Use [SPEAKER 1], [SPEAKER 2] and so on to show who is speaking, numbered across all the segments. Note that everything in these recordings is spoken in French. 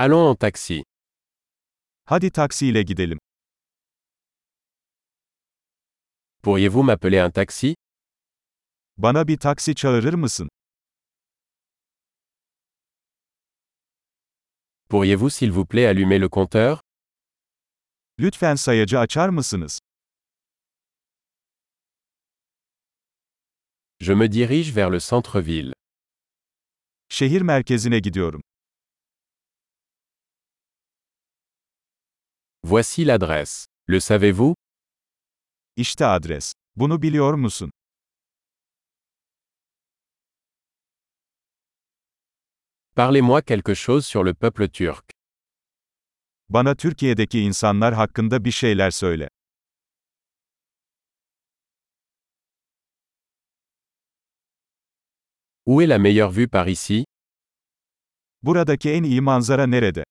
[SPEAKER 1] Allons en taxi.
[SPEAKER 2] Hadi taksiyle gidelim.
[SPEAKER 1] Pourriez-vous m'appeler un taxi
[SPEAKER 2] Bana bir taksi çağırır mısın?
[SPEAKER 1] Pourriez-vous s'il vous plaît allumer le compteur
[SPEAKER 2] Lütfen sayacı açar mısınız?
[SPEAKER 1] Je me dirige vers le centre-ville.
[SPEAKER 2] Şehir merkezine gidiyorum.
[SPEAKER 1] Voici l'adresse. Le savez-vous
[SPEAKER 2] İşte adres. Bunu biliyor musun?
[SPEAKER 1] Parlez-moi quelque chose sur le peuple turc.
[SPEAKER 2] Bana Türkiye'deki insanlar hakkında bir şeyler söyle.
[SPEAKER 1] Où est la meilleure vue par ici
[SPEAKER 2] Buradaki en iyi manzara nerede?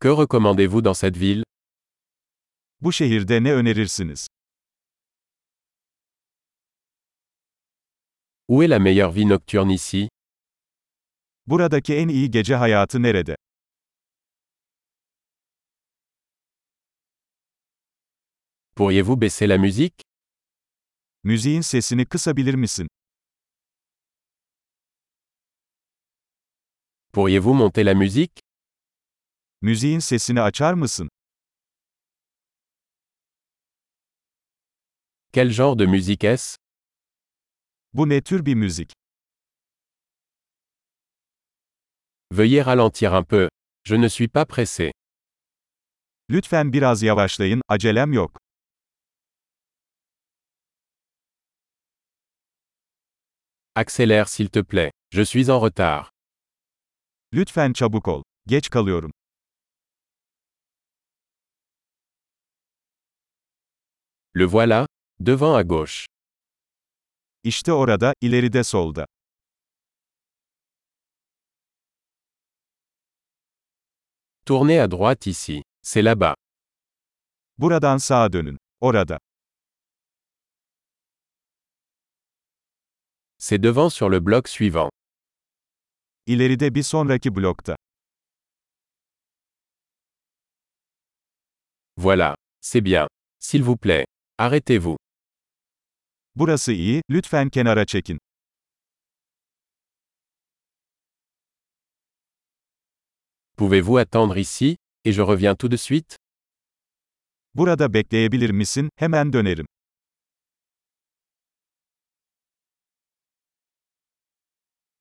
[SPEAKER 1] Que recommandez-vous dans cette ville
[SPEAKER 2] Bu şehirde ne önerirsiniz?
[SPEAKER 1] Où est la meilleure vie nocturne ici
[SPEAKER 2] Buradaki en iyi gece hayatı nerede?
[SPEAKER 1] Pourriez-vous baisser la musique
[SPEAKER 2] Müziğin sesini kısabilir misin?
[SPEAKER 1] Pourriez-vous monter la musique
[SPEAKER 2] Müziğin sesini açar mısın?
[SPEAKER 1] Quel genre de musique est-ce
[SPEAKER 2] Bu ne tür bir müzik?
[SPEAKER 1] Veuillez ralentir un peu. Je ne suis pas pressé.
[SPEAKER 2] Lütfen biraz yavaşlayın, acelem yok.
[SPEAKER 1] Accélère s'il te plaît. Je suis en retard.
[SPEAKER 2] Lütfen çabuk ol. Geç kalıyorum.
[SPEAKER 1] Le voilà, devant à gauche.
[SPEAKER 2] İşte orada, ileride solda.
[SPEAKER 1] Tournez à droite ici. C'est là-bas.
[SPEAKER 2] Buradan sağa dönün. Orada.
[SPEAKER 1] C'est devant sur le bloc suivant.
[SPEAKER 2] İleride bir sonraki blokta.
[SPEAKER 1] Voilà. C'est bien. S'il vous plaît. Arrêtez-vous.
[SPEAKER 2] Burası iyi, lütfen kenara çekin.
[SPEAKER 1] Pouvez-vous attendre ici, et je reviens tout de suite
[SPEAKER 2] Burada bekleyebilir misin? Hemen dönerim.